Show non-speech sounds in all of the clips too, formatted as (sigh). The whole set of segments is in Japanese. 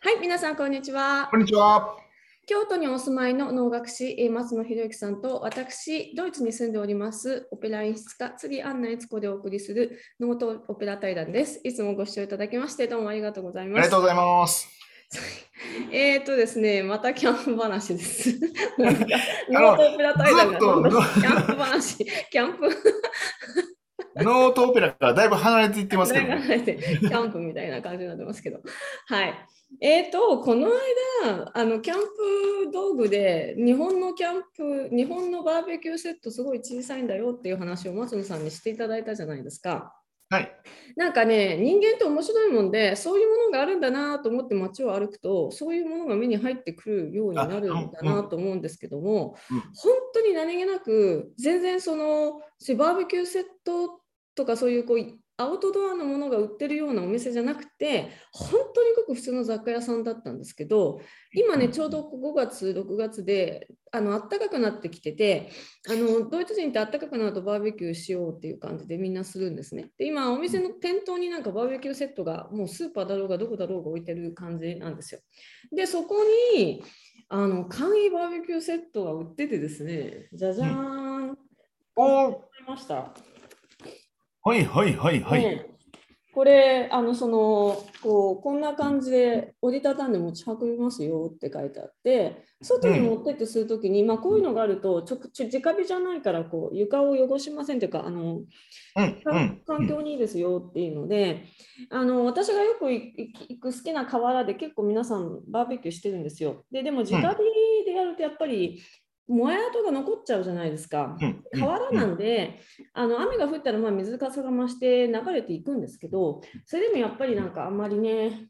はい、皆さん、こんにちは。こんにちは。京都にお住まいの能楽師えー松野博之さんと私、ドイツに住んでおりますオペラ演出家、次アンナ悦子でお送りするノートオペラ対談です。いつもご視聴いただきまして、どうもありがとうございありまがすと。うございます。えっとですね、またキャンプ話 (laughs) です。なんかあノのートオペラ対談がずっとどんどんキャンプ話、キャンプノートオペラからだいぶ離れていってますけど、流れてキャンプみたいな感じになってますけど。はい。えっ、と、この間、あの、キャンプ道具で、日本のキャンプ、日本のバーベキューセットすごい小さいんだよっていう話を松野さんにしていただいたじゃないですか。はい。なんかね、人間って面白いもんで、そういうものがあるんだなと思って街を歩くと、そういうものが目に入ってくるようになるんだなと思うんですけども、うん本当に何気なく、全然その、そういうバーベキューセットとか、そういうこう、アウトドアのものが売ってるようなお店じゃなくて、本当にごく普通の雑貨屋さんだったんですけど、今ね、ちょうど5月、6月で、あの暖かくなってきてて、あのドイツ人って暖かくなるとバーベキューしようっていう感じでみんなするんですね。で今お店の店頭になんかバーベキューセットがもうスーパーだろうがどこだろうが置いてる感じなんですよ。でそこにあの簡易バーベキューセットが売っててですねじゃじゃーん、買おーいました。はいはいはいはい。ねこれあのそのこうこんな感じで折りたたんで持ち運びますよって書いてあって外に持ってってするときに、まあ、こういうのがあるとちょちょ直火じゃないからこう床を汚しませんというかあのうんう環ん。環境にいいですよっていうので、あの私がよく行く行く好きな河原で結構皆さんバーベキューしてるんですよ。ででも直火でやるとやっぱり燃え跡が残っちゃうじゃないですか。うんうん河原なんで、あの雨が降ったらまあ水かさが増して流れていくんですけどそれでもやっぱりなんかあんまりね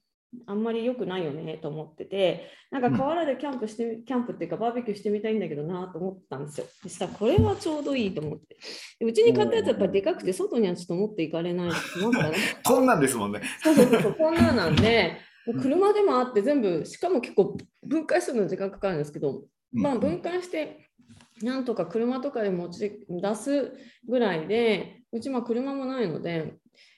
あんまり良くないよねと思っててなんか河原でキャンプしてみキャンプっていうかバーベキューしてみたいんだけどなと思ったんですよ。そしたらこれはちょうどいいと思って。でうちに買ったやつやっぱりでかくて外にはちょっと持っていかれないしなん (laughs) かねこんなんですもんね。そうそうそうそうこんななんでもう車でもあって全部しかも結構分解するの時間かかるんですけどまあ、分解してなんとか車とかで持ち出すぐらいでうちまあ車もないので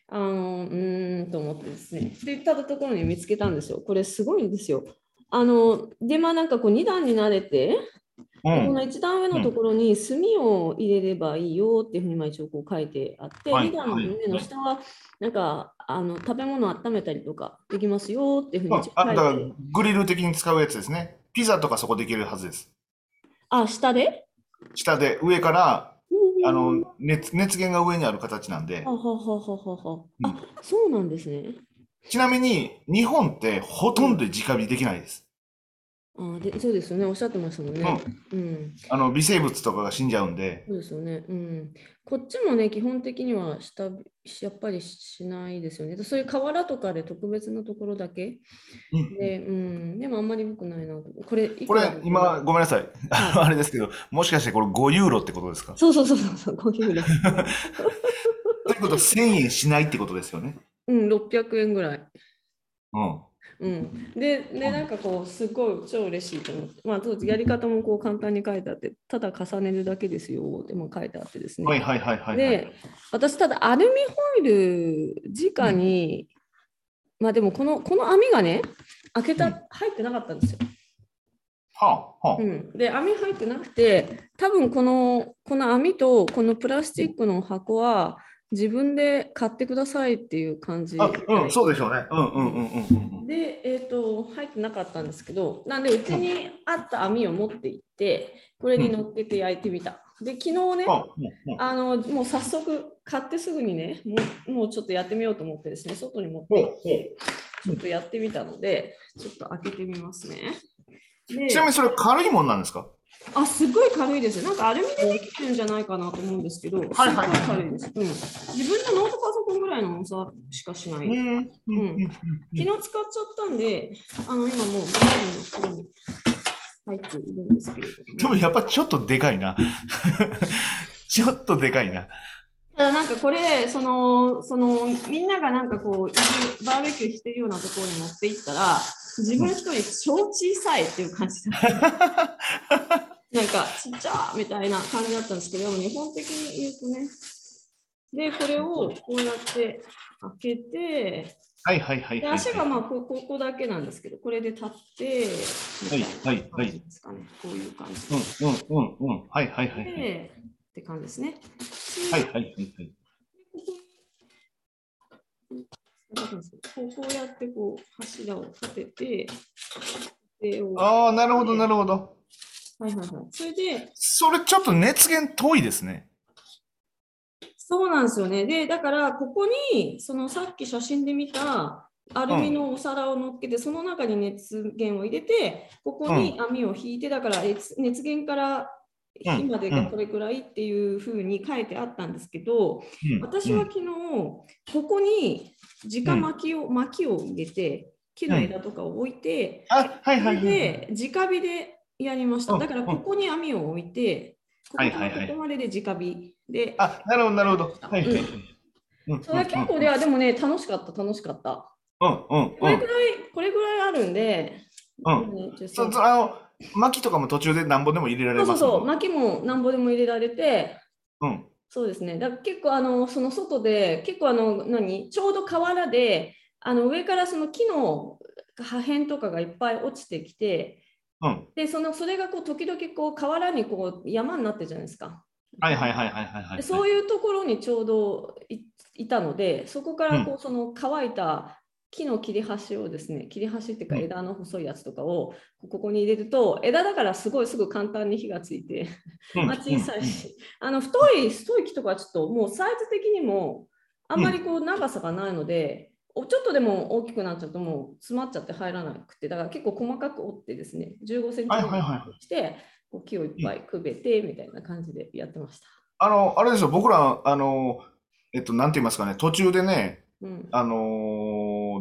あのうーんと思ってですねで行ったところに見つけたんですよこれすごいんですよあのでまあなんかこう2段になれて、うんこの1段上のところに炭を入れればいいよっていうふうにまあ一応こう書いてあって、はい2段の上の下はなんかあの食べ物を温めたりとかできますよっていうふうにあ一応書あだいからてグリル的に使うやつですね。ピザとかそこできるはずです。あ下で下で上からあの熱熱源が上にある形なんでは。ははははは。うんあ、そうなんですね。ちなみに日本ってほとんど直火できないです。あ、で、そうですよね。おっしゃってましたもんね。うん、あの微生物とかが死んじゃうんで。そうですよね。うん。こっちもね、基本的には下火、やっぱりしないですよね。そういう河原とかで特別なところだけ。うんで、うん、でもあんまり良くないなと。これ、いくこられ今ごめんなさい。あのあれですけど、もしかしてこれ5ユーロってことですかそうそうそうそうそう、こういうの。 (laughs) ということは1000円しないってことですよね。うん、六百円ぐらい。うん。うん、ででうんなんかこうすごい超嬉しいと思って、まあ、ちょっとやり方もこう簡単に書いてあってただ重ねるだけですよでも書いてあってですね、はいはいはいはい、はい。で私ただアルミホイル直に、まあでもこのこの網がね開けた、うん入ってなかったんですよ。はあ、はあ、うん、で網入ってなくて多分このこの網とこのプラスチックの箱は自分で買ってくださいっていう感じあ、うん、そうでしょうね。うんうんうんうんうんで、えー、と入ってなかったんですけどなんでうちにあった網を持って行ってこれに乗っけて焼いてみた。で昨日ね、うん。あ、うんうあんのもう早速買ってすぐにねもうもうちょっとやってみようと思ってですね外に持って行ってちょっとやってみたのでちょっと開けてみますね。でちなみにそれ軽いもんなんですかあすごい軽いですなんかアルミでできてるんじゃないかなと思うんですけどすっごいはいはい軽いです、うん、自分のノートパソコンぐらいの重さしかしなうい、んうんうん昨日使っちゃったんであの今もうバッグの袋に入っているんですけれどもでもやっぱちょっとでかいな。 (laughs) ちょっとでかいな。ただなんかこれそのそのみんながなんかこうバーベキューしてるようなところに持っていったら自分一人超小さいっていう感じだ (laughs) なんかちっちゃーみたいな感じだったんですけどでも日本的に言うとねでこれをこうやって開けてはいはいはいではい。足がまあこここだけなんですけど、これで立って、はいはいはいですかね、こういう感じうんうんうんうん。はいはいはいはい。で、って感じですね。はいはいはいはい。こうこうやってこう柱を立てて、でああ、なるほどなるるほど。ほど。はいはいはい。それで、それちょっと熱源遠いですね。そうなんですよね。で、だからここに、そのさっき写真で見たアルミのお皿を乗っけて、その中に熱源を入れて、ここに網を引いて、だから熱熱源からうん今でがこれくらいっていうふうに書いてあったんですけど、うん私は昨日、ここに直巻きを、巻きを入れて、木の枝とかを置いて、あ、はいそはれいはい。で直火でやりましうた。んだからここに網を置いて、ここはかいはいらはいここまでで直火で。あ、なるほどなるほど。はいはいはい。うんそれ結構では、でもね、楽しかった、楽しかった。うんうんこうれんく。らい、これぐらいあるんで、うんねちょっとそそあの、薪とかも途中でなんぼでも入れられそうますそもうんそう、薪もなんぼでも入れられて、うん。そうですね。だから結構あのその外で結構あの何ちょうど河原であの上からその木の破片とかがいっぱい落ちてきて、うん。でそのそれがこう時々こう河原にこう山になってるじゃないですか。はいはいはいはいはいはい。でそういうところにちょうどいいたので、そこからこうその乾いた木の切れ端をですね、切れ端っていうかうん枝の細いやつとかをここに入れると、枝だからすごいすぐ簡単に火がついて。うんまあ、小さいし、あの太い太い木とかちょっともうサイズ的にもあんまりこう長さがないので、おちょっとでも大きくなっちゃうともう詰まっちゃって入らなくてだから結構細かく折ってですね15センチぐらいはいはいはいにしてこう木をいっぱいくべてみたいな感じでやってました。あの、あれですよ、僕ら、あの、えっと、なんて言いますかね、途中でね、うん、あの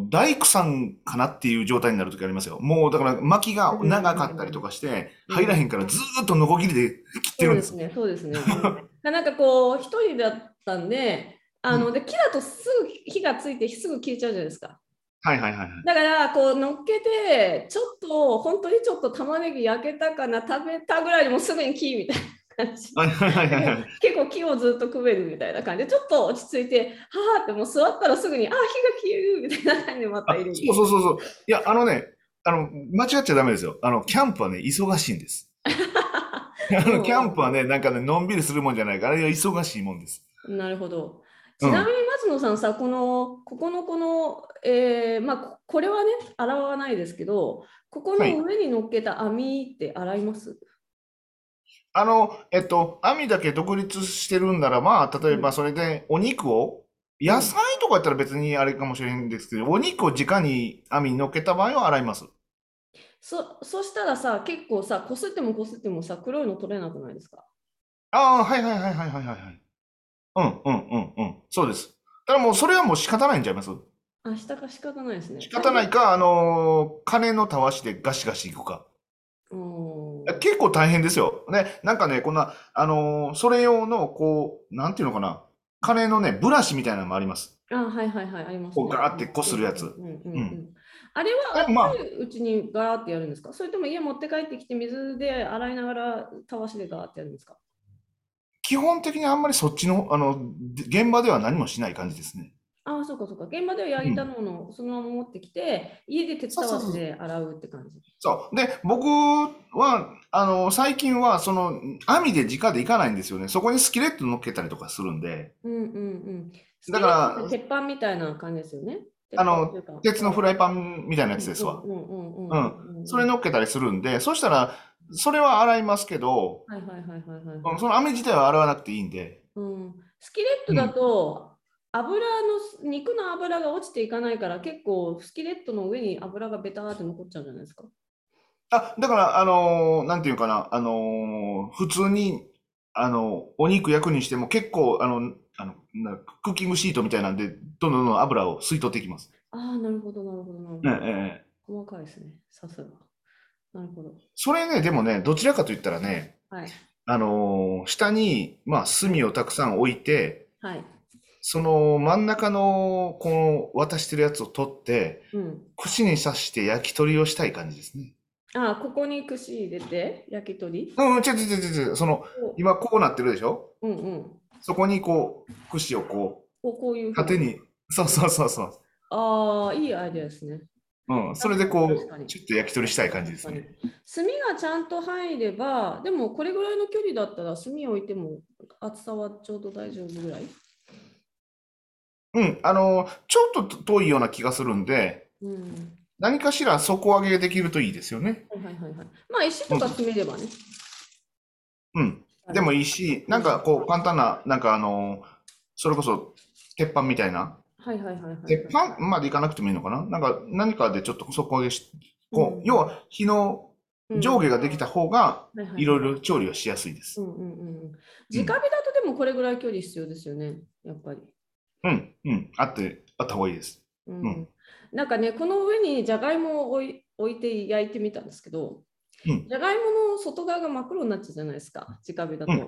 ー大工さんかなっていう状態になる時ありますよ。もう、だから、薪が長かったりとかして、うん入らへんから、ずーっとノコギリで切ってそるうんでですすよ。ねそうですね。 (laughs) うんなんかこう一人だったんであので木だとすぐ火がついてすぐ消えちゃうじゃないですか。はいはいはいはい。だからこう乗っけてちょっと本当にちょっと玉ねぎ焼けたかな食べたぐらいにもうすぐに木みたいな感じ。 (laughs) はいはいはいはい。結構木をずっとくべるみたいな感じでちょっと落ち着いてはあってもう座ったらすぐにあ火が消えるみたいな感じでまたあ入れる。 (laughs) そうそうそうそう。いや、あのね、あの、間違っちゃダメですよ。あの、キャンプはね、忙しいん (laughs) です。あうんの、キャンプはね、なんかね、のんびりするもんじゃないから、あれは忙しいもんです。なるほど。ちうんなみに松野さんさ、このここのこの、えーまあ、ここれはね洗わないですけどここのはい上に乗っけた網って洗います、あの、えっと、網だけ独立してるんなら、まあ、例えばそれでお肉を、野菜とかやったら別にあれかもしれんですけど、お肉を直に網に乗っけた場合は洗います。そそしたらさ結構さこすってもこすってもさ黒いの取れなくないですかああ、はいはいはいはいはいはいはい。うんうんうんうん。そうです。ただもうそれはもう仕方ないんちゃいますあ、下が仕方ないですね。仕方ないか、あのー金のたわしでガシガシいくか。うん。結構大変ですよ。ね、なんかね、こんな、あのーそれ用の、こう、なんていうのかな、金のね、ブラシみたいなのもあります。あ、はいはいはい、ありますね。こうガーってこするやつうんうんうんうあれあれまあは、あるうちにガーってやるんですかそれとも家持って帰ってきて水で洗いながらたわしでガーってやるんですか基本的にあんまりそっちの、あの、で現場では何もしない感じですね。あそうかそうか。現場では焼いたのをそのまま持ってきて、家で手伝わしで洗うって感じ。そう。で、僕は、あの、最近は、その、網で直でいかないんですよね。そこにスキレット乗っけたりとかするんで、うんうんうん。だからステーキって鉄板みたいな感じですよね。あの鉄板っていうか鉄のフライパンみたいなやつですわ。うんうんうんうん。それ乗っけたりするんで、そしたら、それは洗いますけど、はいはいはいはいはい。うんその網自体は洗わなくていいんで、うん、スキレットだと、油の肉の油が落ちていかないから結構スキレットの上に油がベターって残っちゃうじゃないですか。あ、だから、あのーなんていうかな、あのー普通に、あのお肉焼くにしても結構、あの、あの、なクッキングシートみたいなんで、どんどんどんどん油を吸い取っていきます。ああ、なるほど、なるほど、なるほえど。えええ細かいですね、さすが。なるほど。それね、でもね、どちらかと言ったらね、はい。あのー下に、まあ、炭をたくさん置いて、はい。その真ん中の、この渡してるやつを取って、うん。串に刺して焼き鳥をしたい感じですね。ああ、ここに串入れて、焼き鳥。うん、うん違う違う違う違う、その、今こうなってるでしょうんうん。そこにこう、串をこう、こうこういうふうに縦に、そうそうそうそう。ああ、いいアイデアですね。うん、それでこ確かう、にちょっと焼き鳥したい感じですね。炭がちゃんと入れば、でもこれぐらいの距離だったら炭置いても厚さはちょうど大丈夫ぐらい。うん、あの、ちょっと遠いような気がするんで、うん。何かしら底上げできるといいですよね。はいはいはいはい。まあ石とか決めればね。うん、でもいいし、なんかこう、簡単な、なんかあの、それこそ、鉄板みたいな。はいはいはいはい。鉄板までいかなくてもいいのかななんか、何かでちょっと底上げし、こうんう、要は、火の上下ができた方が、はいはいろいろ調理はしやすいですう。んうんうんうん。直火だとでもこれぐらい距離必要ですよね、やっぱり。うん、うん、あって、あった方がいいです。うんうんなんかね、この上にじゃがいもを置い置いて焼いてみたんですけど、うんじゃがいもの外側が真っ黒になっちゃうじゃないですか、直火だと。うん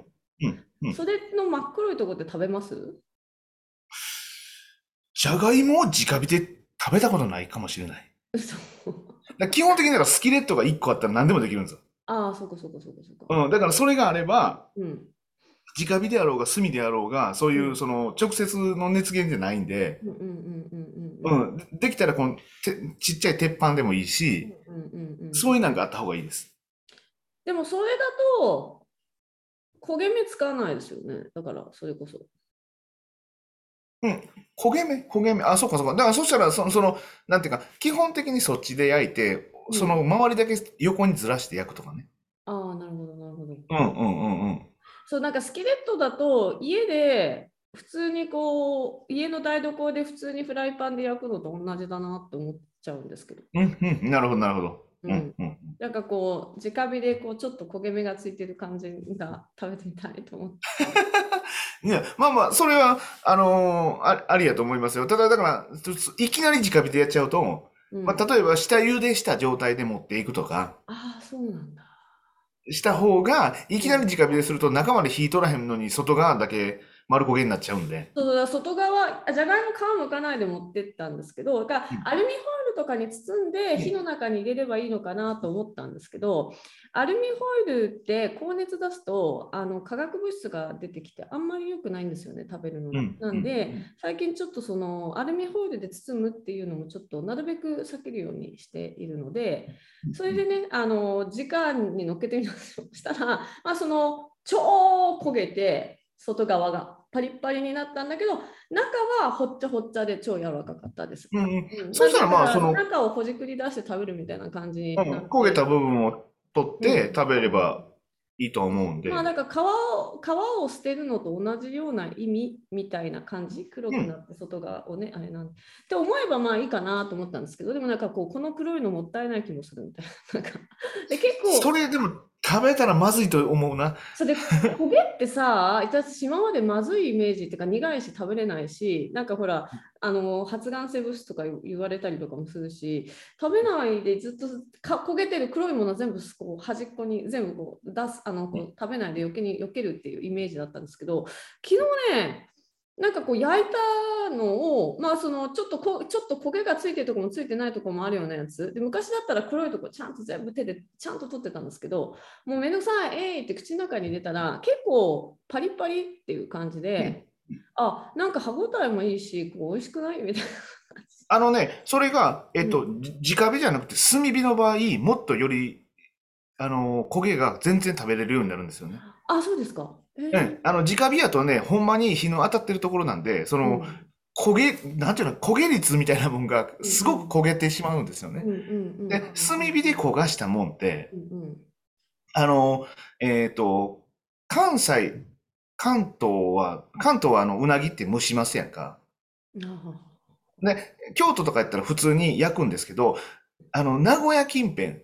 うんうんそれの真っ黒いところで食べます (laughs) じゃがいもを直火で食べたことないかもしれない。嘘だから基本的にだからスキレットが1個あったら何でもできるんですよ。 (laughs) ああ、そこそこそこそこ。うん、だからそれがあれば、うん。直火であろうが炭であろうが、そうういんうその直接の熱源じゃないんで、うんうんうんうんううん。ん、できたらこのてちっちゃい鉄板でもいいし、うんうんうん、そういうなんかあった方がいいです。でもそれだと焦げ目つかないですよね。だからそれこそ。焦げ目、焦げ目、あ、そうかそうか。だからそしたらその、その、なんていうか、基本的にそっちで焼いて、うんその周りだけ横にずらして焼くとかね。ああ、なるほどなるほど。うんうんうんうん。そうなんかスキレットだと家で普通にこう家の台所で普通にフライパンで焼くのと同じだなって思っちゃうんですけど、うんうん、なるほどなるほど。ううんんうん。なんかこう直火でこうちょっと焦げ目がついてる感じが食べてみたいと思って。いや、まあまあ、それは、あのーあ、ありやと思いますよ。ただ、だから、ちょっといきなり直火でやっちゃうと、うんまあ、例えば、下茹でした状態で持っていくとか、ああそうなんだ。した方が、いきなり直火ですると、中まで火取らへんのに、外側だけ丸焦げになっちゃうんで。そうだから外側あじゃがいも皮むかないで持ってったんですけどだからうんアルミホイルとかに包んでん火の中に入れればいいのかなと思ったんですけどアルミホイルって高熱出すとあの化学物質が出てきてあんまり良くないんですよね食べるのが。うんなんで最近ちょっとそのアルミホイルで包むっていうのもちょっとなるべく避けるようにしているのでそれでねあの時間に乗っけてみましょうしたら、 (laughs) まあ、その超焦げて外側がパリッパリになったんだけど中はほっちゃほっちゃで超柔らかかったです。うんうん。うんそうしたらまだかあらその中をほじくり出して食べるみたいな感じにうなっんて、焦げた部分を取っうてん食べればいいと思うんで。まあなんか皮を皮を捨てるのと同じような意味みたいな感じ黒くなって外側をね、あれなんって思えばまあいいかなと思ったんですけどでもなんかこうこの黒いのもったいない気もするみたいななんかで結構それでも、食べたらまずいと思うな。それで焦げってさ私今までまずいイメージっていうか苦いし食べれないしなんかほらあの発がん性物質とか言われたりとかもするし食べないでずっとか焦げてる黒いものは全部こう端っこに全部こう出すあのこう食べないで余計に避けるっていうイメージだったんですけど昨日ねなんかこう焼いたのを、まあ、そのちょっとこちょっと焦げがついてるとこもついてないとこもあるようなやつで昔だったら黒いとこちゃんと全部手でちゃんと取ってたんですけどもうめんどくさい、えいって口の中に入れたら結構パリパリっていう感じで、あなんか歯ごたえもいいしこう美味しくないみたいな。 (laughs) あのね、それが、えっと、じ直火じゃなくて炭火の場合、もっとより、あの、焦げが全然食べれるようになるんですよね。あそうですか。えーうん。あの、直火やとね、ほんまに火の当たってるところなんで、その、焦げ、なんていうの、焦げ率みたいなもんが、すごく焦げてしまうんですようねん。うんうんうんで、炭火で焦がしたもんって、うんうんあの、えっと、関西、関東は、関東はあの、うなぎって蒸しますやんか。あ京都とかやったら普通に焼くんですけど、あの、名古屋近辺、ーうん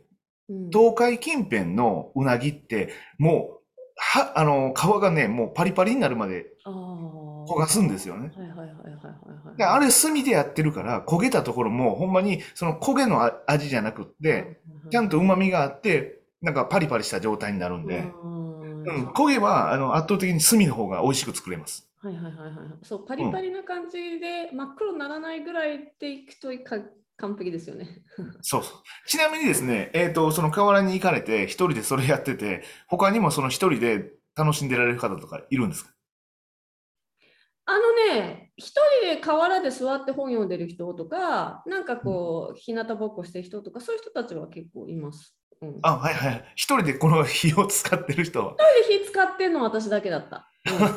東海近辺のうなぎって、もう、は、あの、皮がね、もうパリパリになるまであー焦がすんですよね。はいはいはいはいはいはい。であれ炭でやってるから、焦げたところも、ほんまに、その焦げのあ味じゃなくって、ちゃんとと旨味があって、なんかパリパリした状態になるんで、うんうん、焦げは、あの、圧倒的に炭の方が美味しく作れます。はいはいはいはいはい。そう、パリパリな感じで、真っ黒にならないぐらいでいくとか完璧ですよね。そうそう。ちなみにですね、えっ、と、その河原に行かれて、一人でそれやってて、他にもその一人で楽しんでられる方とかいるんですかあのね、一人で河原で座って本読んでる人とか、なんかこう、日向ぼっこしてる人とか、そういう人たちは結構います。うん、一人あ、はいはい。一人でこの火を使ってる人は。で火使ってんのは私だけだ (laughs) った。うん、でなん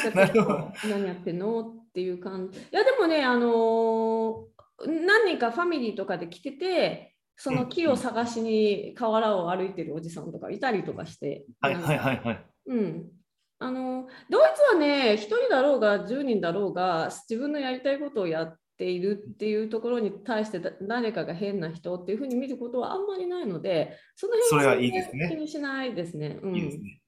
かな結るほ構、何やってんのっていう感じ。いや、でもね、あのー何人かファミリーとかで来てて、その木を探しに河原を歩いてるおじさんとかいたりとかして、はいなんかはいはいはい。うん、あのドイツはね1人だろうが10人だろうが自分のやりたいことをやっているっていうところに対してだ誰かが変な人っていうふうに見ることはあんまりないのでその辺それはいいですね気にしないですね。うんいいですね。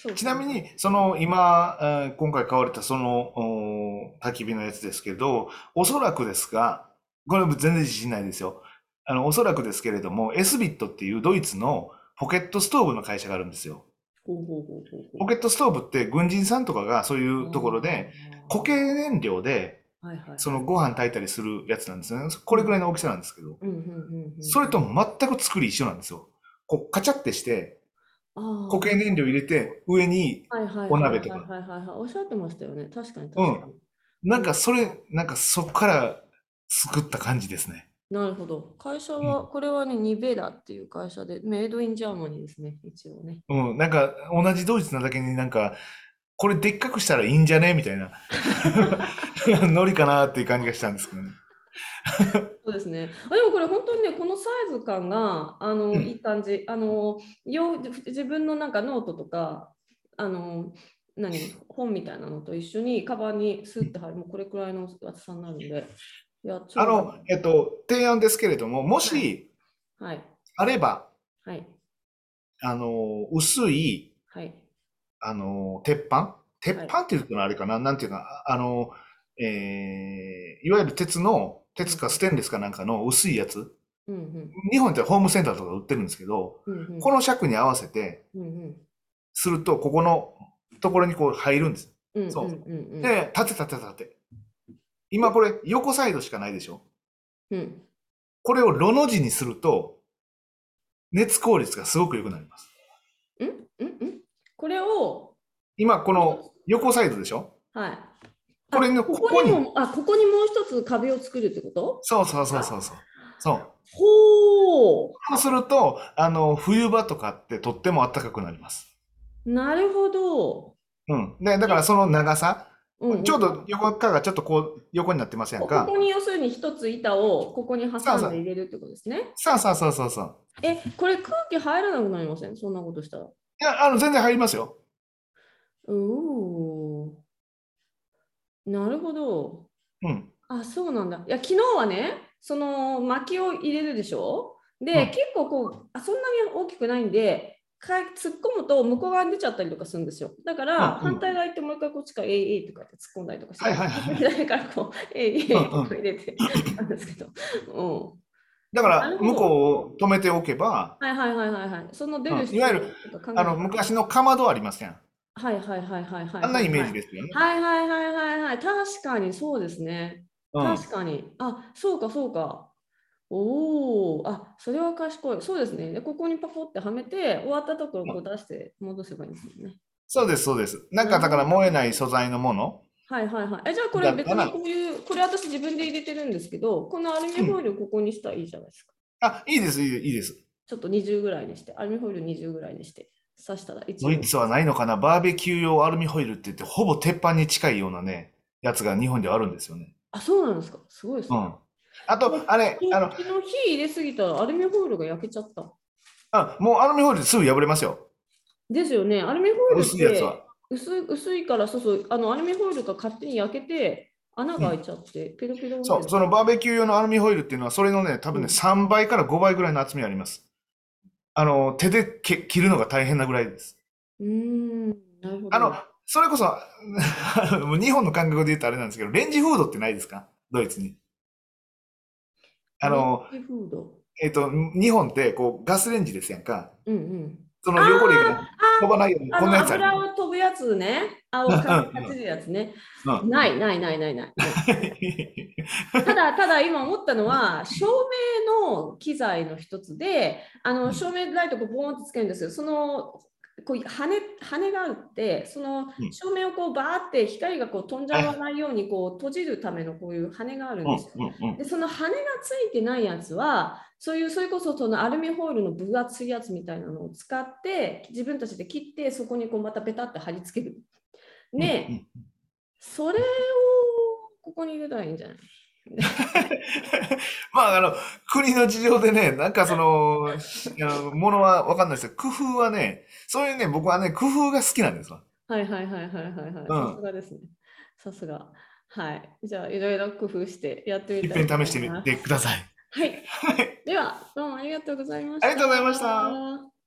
そうそうちなみに、その今、えー今回買われたそのおー焚き火のやつですけど、おそらくですが、これ全然自信ないですよ。あの、おそらくですけれども、エスビットっていうドイツのポケットストーブの会社があるんですよ。ほうほうほうほうほポうケットストーブって軍人さんとかがそういうところで、固形燃料ではいはいそのご飯炊いたりするやつなんですよね。これぐらいの大きさなんですけど。うんうんうんうんそれと全く作り一緒なんですよ。こう、カチャってして、あー固形燃料入れて、上にはいはいはいお鍋とかはいはいはいはいおっしゃってましたよね確かに確かに、なんかそれ、なんかそっから作った感じですね。なるほど会社は、これはねニベラっていう会社でメイドインジャーマニーですね一応ねうん、なんか同じドイツなだけになんか、これでっかくしたらいいんじゃねみたいな、 (laughs) ノリかなっていう感じがしたんですけどね。そうですね。あでもこれ本当にねこのサイズ感があの、うんいい感じあのよ自分のなんかノートとかあの何本みたいなのと一緒にカバンにスッて入るもうこれくらいの厚さになるんでいやちょあうどの、えっと、提案ですけれども、もはしはいあれば、はいあの、薄い、はいあの、鉄板鉄板っていうのはあれかな、なんていうか、あの、えー、いわゆる鉄の、鉄かステンレスかなんかの薄いやつ。うんうん日本ってホームセンターとか売ってるんですけど、うんうんこの尺に合わせて、うんうんすると、ここのところにこう入るんです。うんうんそううんうんで、立て立て立て。今これ、横サイドしかないでしょ。うんこれをロの字にすると、熱効率がすごく良くなります。うんうんうんこれを今、この横サイドでしょはいこれのあここここにに。もあここにもう一つ壁を作るってことそうそうそうそうそう。そう。ほうそうすると、あの、冬場とかってとっても暖かくなります。なるほど。うん。で、だからその長さ、うんうんちょうど横っ側がちょっとこう、横になってませんこかこに要するに一つ板をここに挟そうそんうで入れるってことですね。そうそうそうそうそう。え、これ空気入らなくなりませんそんなことしたら。ういや、あの、全然入りますよ。ーなるほど。うん。あ、そうなんだ。いや、昨日はね、その薪を入れるでしょで、うん結構こうあ、そんなに大きくないんで、か突っ込むと向こう側に出ちゃったりとかするんですよ。だから、うんうん反対側行ってもう一回こっちから、えいえいとかって突っ込んだりとかして、はいは (laughs) いはい左からこう、えいえいとか入れてたんですけど。うんだかならるほど向こうを止めておけば、はいはいはいはいはい。その出るうんいわゆるとか考えあの昔のかまどありますやん。はいはいはいはいはい。あんなイメージで。ですよね。はいはいはいはいはい。確かにそうですね。確かに。あ、そうかそうか。おお、あ、それは賢い。そうですね。で、ここにパコってはめて、終わったところをこう出して戻せばいいんですよね。そうです、そうです。なんかだから燃えない素材のもの。はいはいはい。え、じゃあこれだか別らにこういう、これ私自分で入れてるんですけど、このアルミホイルをここにしたらいいじゃないですか。あ、いいです、いいですいいです。ちょっと20ぐらいにして、アルミホイル20ぐらいにして、刺したら一応ドイツはないのかなバーベキュー用アルミホイルって言って、ほぼ鉄板に近いようなね、やつが日本ではあるんですよね。あ、そうなんですか。すごいですうね。ん。あと、あれ、あの昨日火入れすぎたらアルミホイルが焼けちゃった。あ、もうアルミホイルすぐ破れますよ。ですよね。アルミホイル薄いやっつては。薄い薄いからそうそうあのアルミホイルが勝手に焼けて穴が開いちゃって、ペロペロになるそう、そのバーベキュー用のアルミホイルっていうのは、それのね、多分ね、うん3倍から5倍ぐらいの厚みあります。あの、手でけ切るのが大変なぐらいです。うーんなるほど。あの、それこそ、 (laughs) あのもう日本の感覚で言うとあれなんですけど、レンジフードってないですかドイツに。あの、レンジフード。えっ、と、日本ってこうガスレンジですやんか。うんうん。その汚れがあ飛ばないように、あこんのなやつある。油を飛ぶやつね。あをうんうんかかじるやつね。うないないないないない。ただただ今思ったのは照明の機材の一つであの照明ライトをボーンってつけるんですよそのこう羽羽があってそのうん照明をこうバーって光がこう飛んじゃわないようにこう閉じるためのこういう羽があるんうんですよ。うんうんでその羽がついてないやつはそういうそれこそそのアルミホイルの分厚いやつみたいなのを使って自分たちで切ってそこにこうまたペタッと貼り付ける。ね、うんうんそれをここに入れたらいいんじゃないまあ、あの、国の事情でね、なんかその、あのものはわかんないですけど、工夫はね、そういうね、僕はね、工夫が好きなんですわ。はいはいはいはいはいはい。さすがですね。さすが。はい。じゃあいろいろ工夫してやってみいったぺいんと思い試してみますてください。はい。では、どうもありがとうございました。ありがとうございました。